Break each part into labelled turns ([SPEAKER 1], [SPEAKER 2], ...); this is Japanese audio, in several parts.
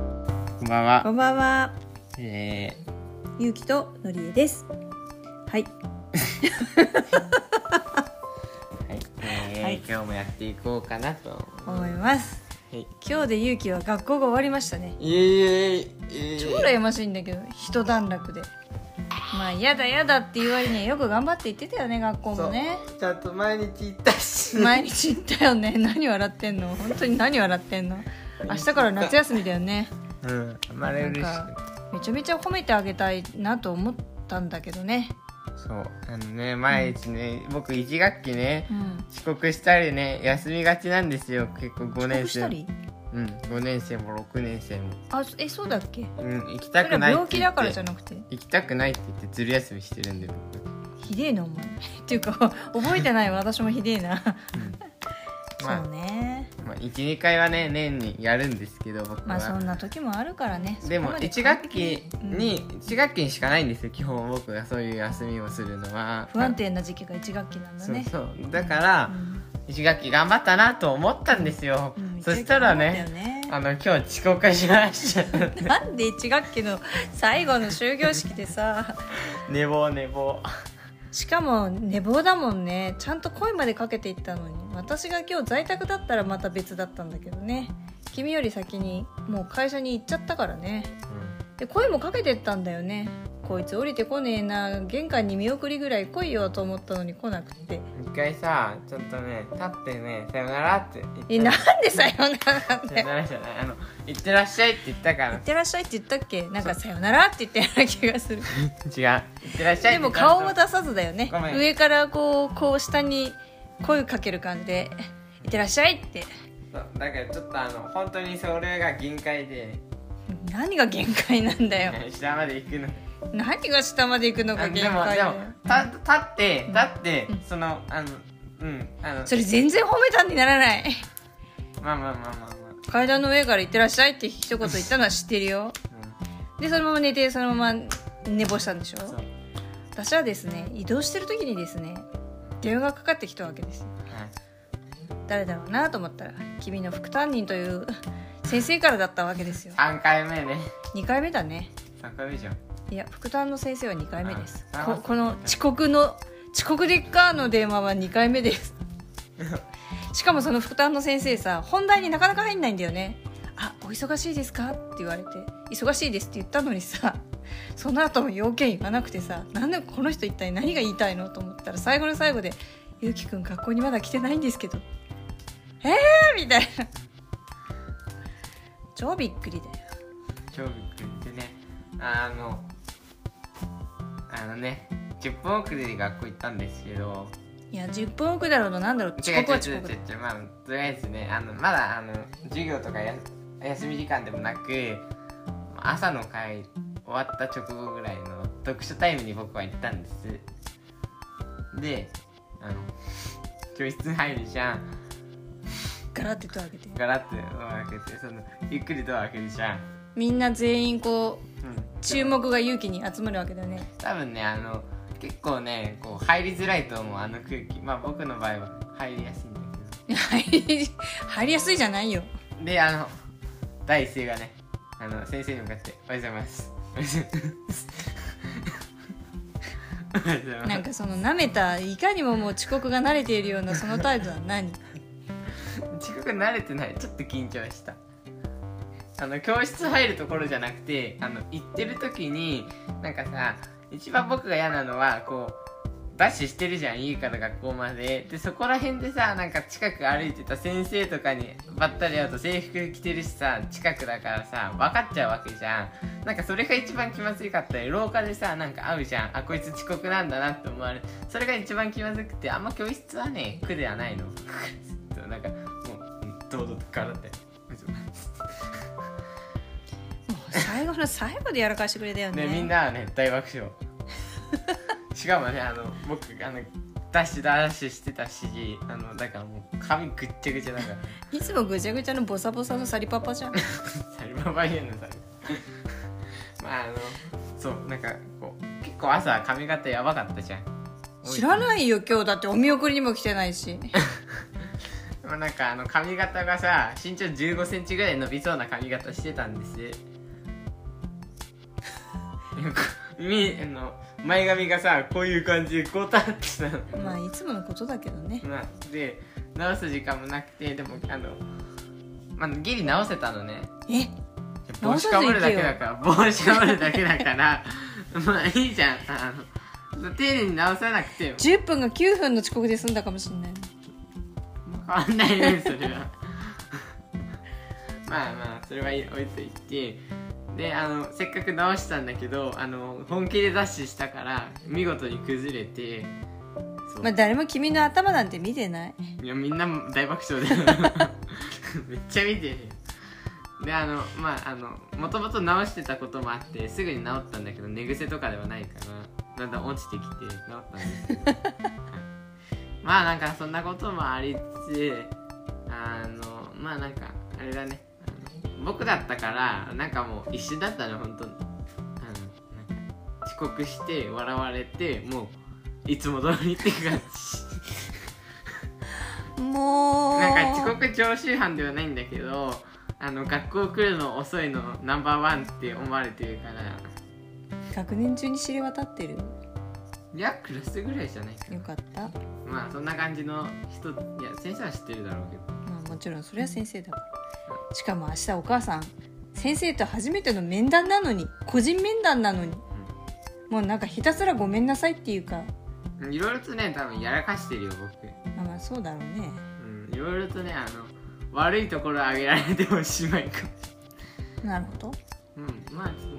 [SPEAKER 1] んばんは。
[SPEAKER 2] こんばんは、
[SPEAKER 1] え
[SPEAKER 2] ゆうきとのりえです。はい、
[SPEAKER 1] ー、はい、えー
[SPEAKER 2] はい
[SPEAKER 1] 今日もやっていこうかなと。は
[SPEAKER 2] 思います。
[SPEAKER 1] い。
[SPEAKER 2] 今日でゆうきは学校が終わりましたね。
[SPEAKER 1] いえいえいえい
[SPEAKER 2] 超
[SPEAKER 1] え。
[SPEAKER 2] 羨ましいんだけど、一段落で。まあ、やだやだって言われにはよく頑張って行ってたよね、学校もね。
[SPEAKER 1] そうちゃんと毎日行ったし。
[SPEAKER 2] 毎日行ったよね、 何笑ってんの、本当に何笑ってんの。明日から夏休みだよね。
[SPEAKER 1] うん、あまり
[SPEAKER 2] なん
[SPEAKER 1] 嬉しく。
[SPEAKER 2] か、めちゃめちゃ褒めてあげたいなと思ったんだけどね。
[SPEAKER 1] そう、あのね、毎日ね、僕一学期ね
[SPEAKER 2] う、ん。
[SPEAKER 1] 遅刻したりね、休みがちなんですよ。結構五
[SPEAKER 2] 遅
[SPEAKER 1] 年
[SPEAKER 2] 刻し
[SPEAKER 1] 生
[SPEAKER 2] た
[SPEAKER 1] も。
[SPEAKER 2] り。
[SPEAKER 1] うん、五年生も六年生も。
[SPEAKER 2] あ、え、そうだっけ。
[SPEAKER 1] うん、行き
[SPEAKER 2] そ
[SPEAKER 1] た
[SPEAKER 2] れ
[SPEAKER 1] く
[SPEAKER 2] は
[SPEAKER 1] ないって言って。
[SPEAKER 2] 病気だからじゃなくて。
[SPEAKER 1] 行きたくないって言ってずる休みしてるんで僕
[SPEAKER 2] ひでえなお前っていうか 覚えてないわ私もひでえな、
[SPEAKER 1] まあ
[SPEAKER 2] そうね
[SPEAKER 1] まあ、12回はね年にやるんですけど僕は、
[SPEAKER 2] まあそんな時もあるからね
[SPEAKER 1] でも
[SPEAKER 2] そこま
[SPEAKER 1] 1
[SPEAKER 2] 完
[SPEAKER 1] 学
[SPEAKER 2] 璧
[SPEAKER 1] 期に、一1学期にしかないんですよ基本僕がそういう休みをするのは
[SPEAKER 2] 不安定な時期が1学期なんだ
[SPEAKER 1] そう
[SPEAKER 2] ね
[SPEAKER 1] そうだから1学期頑張ったなと思ったんですよ、
[SPEAKER 2] うんうん
[SPEAKER 1] そしたらね
[SPEAKER 2] 一学期もあ
[SPEAKER 1] あの今日遅刻しました
[SPEAKER 2] ったよねなんで1学期の最後の終業式でさ
[SPEAKER 1] 寝坊寝坊
[SPEAKER 2] しかも寝坊だもんねちゃんと声までかけていったのに私が今日在宅だったらまた別だったんだけどね君より先にもう会社に行っちゃったからねで声もかけてったんだよねこいつ降りてこねえな玄関に見送りぐらい来いよと思ったのに来なくて
[SPEAKER 1] 一回さちょっとね立ってね「さよなら」って
[SPEAKER 2] え
[SPEAKER 1] 言った
[SPEAKER 2] な
[SPEAKER 1] ら
[SPEAKER 2] んでさよならなん
[SPEAKER 1] さ
[SPEAKER 2] だ
[SPEAKER 1] よ
[SPEAKER 2] よ
[SPEAKER 1] ならじゃないあの「行ってらっしゃい」って言ったか
[SPEAKER 2] 「い
[SPEAKER 1] ら
[SPEAKER 2] ってらっしゃい」って言ったっけなんか「さよなら」って言ったような気がする
[SPEAKER 1] 違う「行ってらっしゃい」
[SPEAKER 2] でも顔も出さずだよね
[SPEAKER 1] ごめん
[SPEAKER 2] 上からこうこう下に声かける感じで「いってらっしゃい」って
[SPEAKER 1] そうだけどちょっとあの本当にそれが限界で
[SPEAKER 2] 何が限界なんだよ
[SPEAKER 1] 下まで行くの
[SPEAKER 2] 何が下まで行くの
[SPEAKER 1] あ
[SPEAKER 2] が限
[SPEAKER 1] でも
[SPEAKER 2] 界
[SPEAKER 1] で
[SPEAKER 2] だよ
[SPEAKER 1] もた立って立って、
[SPEAKER 2] うん
[SPEAKER 1] そのあのうんあの
[SPEAKER 2] それ全然褒めたんにならない
[SPEAKER 1] まあまあまあまあま
[SPEAKER 2] 階段の上から「いってらっしゃい」って一言言ったのは知ってるよ
[SPEAKER 1] あ、
[SPEAKER 2] でそのまま寝てそのまま寝坊したんでしょ
[SPEAKER 1] うん、そう、はい、
[SPEAKER 2] 私はですね移動してる時にですね電話がかかってきたわけですよ誰だろうなと思ったら君の副担任という先生からだったわけですよ
[SPEAKER 1] 3回目 ね
[SPEAKER 2] 2回目だね
[SPEAKER 1] 3回目じゃん
[SPEAKER 2] いや副担の先生は2回目です
[SPEAKER 1] あ
[SPEAKER 2] こ
[SPEAKER 1] あ
[SPEAKER 2] この遅刻の遅刻でっかーの電話は2回目です しかもその副担の先生さ本題になかなか入んないんだよねあお忙しいですかって言われて忙しいですって言ったのにさその後も要件言わなくてさなんでこの人一体何が言いたいのと思ったら最後の最後で「ゆうきくん学校にまだ来てないんですけど」えーみたいな超びっくりだよ
[SPEAKER 1] 超びっくりでねあのあのね10分遅れで学校行ったんですけど
[SPEAKER 2] いや10分遅れだろうとなんだろう遅
[SPEAKER 1] 違う違う
[SPEAKER 2] 刻は遅
[SPEAKER 1] 違う違
[SPEAKER 2] 刻だ
[SPEAKER 1] う違うまあとりあえずねあのまだあの授業とかや休み時間でもなく朝の会終わった直後ぐらいの読書タイムに僕は行ったんですであの教室入るじゃん
[SPEAKER 2] ガラッてドア開けて
[SPEAKER 1] ガラッとドア開けてそのゆっくりドア開けるじゃん、
[SPEAKER 2] みんな全員こ
[SPEAKER 1] うん、
[SPEAKER 2] う注目が勇気に集まるわけだよね
[SPEAKER 1] 多分ねあの結構ねこう入りづらいと思うあの空気まあ僕の場合は入りやすいんだけど
[SPEAKER 2] 入り入りやすいじゃないよ
[SPEAKER 1] であの第一声がねあの先生に向かって「おはようございます」おはようございますおはようございます
[SPEAKER 2] なんかそのなめたいかにももう遅刻が慣れているようなその態度は何
[SPEAKER 1] 遅刻慣れてないちょっと緊張したあの教室入るところじゃなくてあの行ってる時になんかさ一番僕が嫌なのはこうダッシュしてるじゃん家から学校まででそこら辺でさなんか近く歩いてた先生とかにばったり会うと制服着てるしさ近くだからさ分かっちゃうわけじゃんなんかそれが一番気まずいかったり廊下でさなんか会うじゃんあこいつ遅刻なんだなって思われるそれが一番気まずくてあんま教室はね苦ではないの そうなんかもう堂々とガラって
[SPEAKER 2] もう最後の最後でやらかしてくれたよね
[SPEAKER 1] ね、みんなはね大爆 笑しかもねあの僕あのダッシュダッシュしてたしあのだからもう髪ぐっちゃぐちゃだから
[SPEAKER 2] いつもぐちゃぐちゃのボサボサのサリパパじゃん
[SPEAKER 1] サルババ言うのさ まああのそうなんかこう結構朝髪型やばかったじゃん
[SPEAKER 2] 知ら
[SPEAKER 1] い
[SPEAKER 2] ないよ今日だってお見送りにも来てないし
[SPEAKER 1] でもなんかあの髪型がさ身長1 5ンチぐらい伸びそうな髪型してたんですみあの前髪がさこういう感じでこう立ってさ
[SPEAKER 2] まあいつものことだけどね
[SPEAKER 1] なで直す時間もなくてでもあの、まあ、ギリ直せたのね
[SPEAKER 2] え
[SPEAKER 1] 帽子かぶるだけだから帽子かぶるだけだから まあいいじゃんあの丁寧に直さなくても
[SPEAKER 2] 10分が9分の遅刻で済んだかもしれない
[SPEAKER 1] 変わんないねそれは まあまあそれはいい置いといてであのせっかく直したんだけどあの本気でダッシュしたから見事に崩れてそう
[SPEAKER 2] まあ誰も君の頭なんて見てない
[SPEAKER 1] いやみんな大爆笑で めっちゃ見てるよであのまああのもともと直してたこともあってすぐに治ったんだけど寝癖とかではないからだんだん落ちてきて治ったんですけどまあなんかそんなこともありつつあのまあなんかあれだねあの僕だったからなんかもう一瞬だったね本当にあのなんか遅刻して笑われてもういつも通りって感じ
[SPEAKER 2] もう
[SPEAKER 1] なんか遅刻常習犯ではないんだけどあの学校来るの遅いのナンバーワンって思われてるから
[SPEAKER 2] 学年中に知れ渡ってる
[SPEAKER 1] いやクラスぐらいじゃないかな
[SPEAKER 2] よかったま
[SPEAKER 1] まあそんな感じの人いや先生は知ってるだろうけど
[SPEAKER 2] あもちろんそれは先生だからしかも明日お母さん先生と初めての面談なのに個人面談なのにもうなんかひたすらごめんなさいっていうか
[SPEAKER 1] うんいろいろとね多分やらかしてるよ僕
[SPEAKER 2] まあまあそうだろうね
[SPEAKER 1] うんいろいろとねあの悪いところあげられておしまいか
[SPEAKER 2] なるほど
[SPEAKER 1] もうんまあそう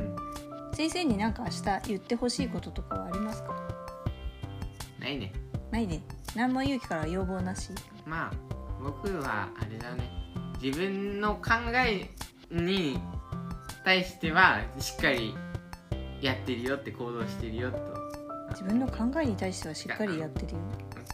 [SPEAKER 1] うん
[SPEAKER 2] 先生になんか明日言ってほしいこととかはありますか
[SPEAKER 1] ないね
[SPEAKER 2] ないね何も勇気からは要望なし
[SPEAKER 1] まあ僕はあれだね自分の考えに対してはしっかりやってるよって行動してるよと
[SPEAKER 2] 自分の考えに対してはしっかりやってるよ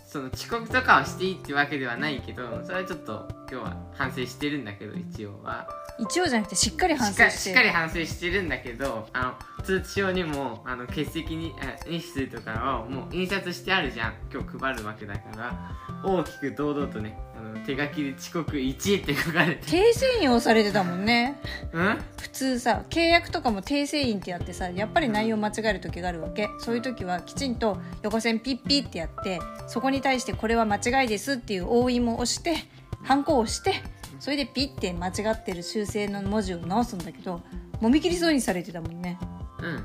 [SPEAKER 1] その遅刻とかをしていいってわけではないけどそれはちょっと今日は反省してるんだけど一応は
[SPEAKER 2] 一応じゃなくてしっかり
[SPEAKER 1] し
[SPEAKER 2] 反
[SPEAKER 1] っ
[SPEAKER 2] 省
[SPEAKER 1] か
[SPEAKER 2] して
[SPEAKER 1] しっかり反省してるんだけどあの通知表にもあの欠席にあ日数とかをもう印刷してあるじゃん今日配るわけだから大きく堂々とねあの手書きで遅刻1って書かれて
[SPEAKER 2] 訂正印をされてたもんね
[SPEAKER 1] うん
[SPEAKER 2] 普通さ契約とかも訂正印ってやってさやっぱり内容間違える時があるわけそういう時はきちんと横線ピッピッってやってそこに対してこれは間違いですっていう押印も押してハンコを押してそれでピッて間違ってる修正の文字を直すんだけどもみ切りそうにされてたもんね
[SPEAKER 1] うん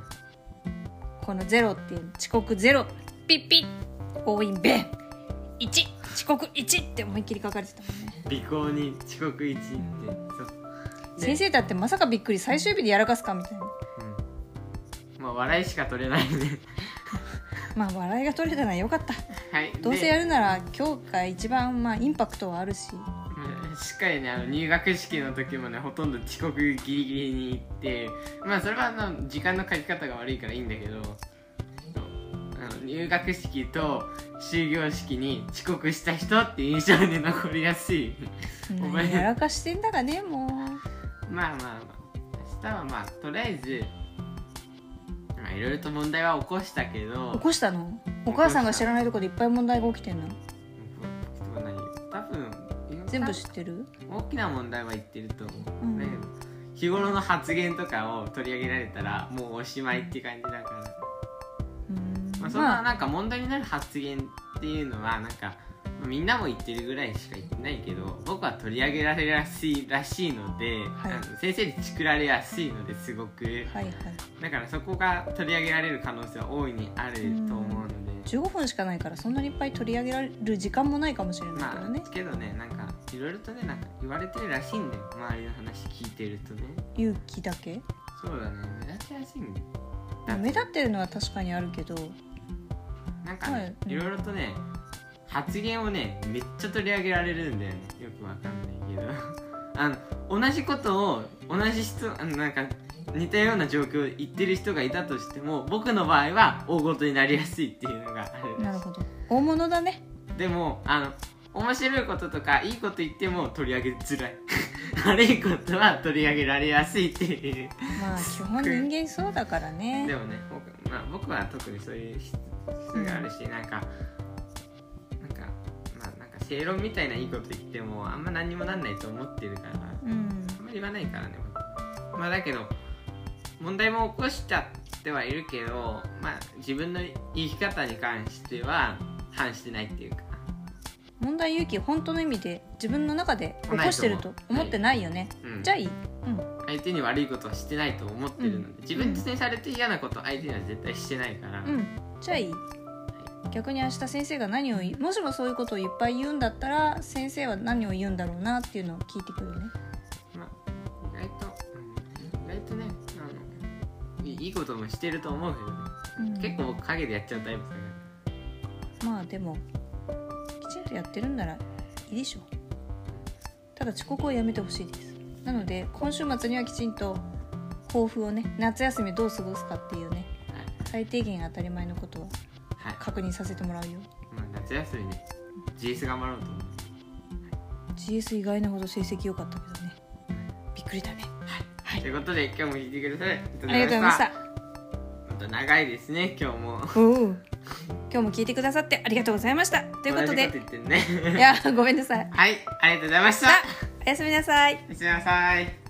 [SPEAKER 2] このゼロっていう遅刻ゼロピッピッ押印ベン1遅刻1って思いっきり書かれてたもんね
[SPEAKER 1] 尾行に遅刻1ってそうで
[SPEAKER 2] 先生だってまさかびっくり最終日でやらかすかみたいな
[SPEAKER 1] うんまあ笑いしか取れないんで
[SPEAKER 2] まあ笑いが取れたのは良かった
[SPEAKER 1] はい
[SPEAKER 2] どうせやるなら今日が一番まあインパクトはあるし
[SPEAKER 1] うんしっかりねあの入学式の時もねほとんど遅刻ギリギリに行ってまあそれはあの時間の書き方が悪いからいいんだけどあの入学式と終業式に遅刻した人っていう印象に残りやすい お前
[SPEAKER 2] 何やらかしてんだかねもう
[SPEAKER 1] まあまあまあ明日はまあとりあえずまあいろいろと問題は起こしたけど
[SPEAKER 2] 起こしたのお母さんが知らないとこでいっぱい問題が起きてんの
[SPEAKER 1] うん何多分
[SPEAKER 2] 全部知ってる
[SPEAKER 1] 大きな問題は言ってると思う、
[SPEAKER 2] うん
[SPEAKER 1] ね日頃の発言とかを取り上げられたらもうおしまいって感じだから、
[SPEAKER 2] うーん
[SPEAKER 1] まあ、そんな
[SPEAKER 2] まあ
[SPEAKER 1] なんか問題になる発言っていうのはなんかみんなも言ってるぐらいしか言ってないけど僕は取り上げられやすいらしいので、
[SPEAKER 2] はい
[SPEAKER 1] あの先生にチクられやすいのですごく
[SPEAKER 2] はいはい
[SPEAKER 1] だからそこが取り上げられる可能性は大いにあると思うので、
[SPEAKER 2] 15分しかないからそんなにいっぱい取り上げられる時間もないかもしれないけ
[SPEAKER 1] ま
[SPEAKER 2] ど
[SPEAKER 1] あ
[SPEAKER 2] ね
[SPEAKER 1] けどねなんかいろいろとねなんか言われてるらしいんだよ周りの話聞いてるとね
[SPEAKER 2] 勇気だけ
[SPEAKER 1] そうだね目立ちやすいんだよ
[SPEAKER 2] まあ目立ってるのは確かにあるけど
[SPEAKER 1] なんかね
[SPEAKER 2] はい
[SPEAKER 1] いろいろとね発言をねめっちゃ取り上げられるんだよねよくわかんないけど あの同じことを同じ人あのなんか似たような状況を言ってる人がいたとしても僕の場合は大ごとになりやすいっていうのがある
[SPEAKER 2] な
[SPEAKER 1] ら
[SPEAKER 2] る
[SPEAKER 1] し
[SPEAKER 2] ほど大物だ ね
[SPEAKER 1] いでもあの面白いこととかいいこと言っても取り上げづらい悪いことは取り上げられやすいっていう
[SPEAKER 2] まあ基本人間そうだからね
[SPEAKER 1] でもね僕,、まあ、僕は特にそういう質質があるし、なんかなんかまあなんか正論みたいないいこと言ってもあんま何にもなんないと思ってるからあ
[SPEAKER 2] うん
[SPEAKER 1] んまり言わないからね僕まあだけど問題も起こしちゃってはいるけどまあ自分の生き方に関しては反してないっていうか
[SPEAKER 2] 問題勇気本当の意味で自分の中で起こしてると思ってないよね、
[SPEAKER 1] うん
[SPEAKER 2] じゃあいい、うん、
[SPEAKER 1] 相手に悪いことをしてないと思ってるので、
[SPEAKER 2] うん
[SPEAKER 1] 自分自身されて嫌なことを相手には絶対してないから、
[SPEAKER 2] うん、じゃあいい逆に明日先生が何を言いもしもそういうことをいっぱい言うんだったら先生は何を言うんだろうなっていうのを聞いてくるね
[SPEAKER 1] まあ、意外と、うん、意外とねあのいいいいこともしてると思うけどね、
[SPEAKER 2] うん
[SPEAKER 1] 結構僕陰でやっちゃうタイプだから
[SPEAKER 2] まあでもきちんとやってるんならいいでしょただ遅刻をやめてほしいですなので今週末にはきちんと抱負をね夏休みどう過ごすかっていうね最低限当たり前のことは
[SPEAKER 1] はい、はい
[SPEAKER 2] 確認させてもらうよ
[SPEAKER 1] まあ、夏休みね GS 頑張ろうと思う
[SPEAKER 2] GS 意外なほど成績良かったけどねびっくりだねはい
[SPEAKER 1] ということで今日も聞いてください
[SPEAKER 2] ありがとうございました
[SPEAKER 1] また長いですね今日も
[SPEAKER 2] おう今日も聞いてくださってありがとうございましたということで
[SPEAKER 1] 同じこと言ってるね
[SPEAKER 2] いやごめんなさい
[SPEAKER 1] はいありがとうございました
[SPEAKER 2] さあおやすみなさい
[SPEAKER 1] おやすみなさい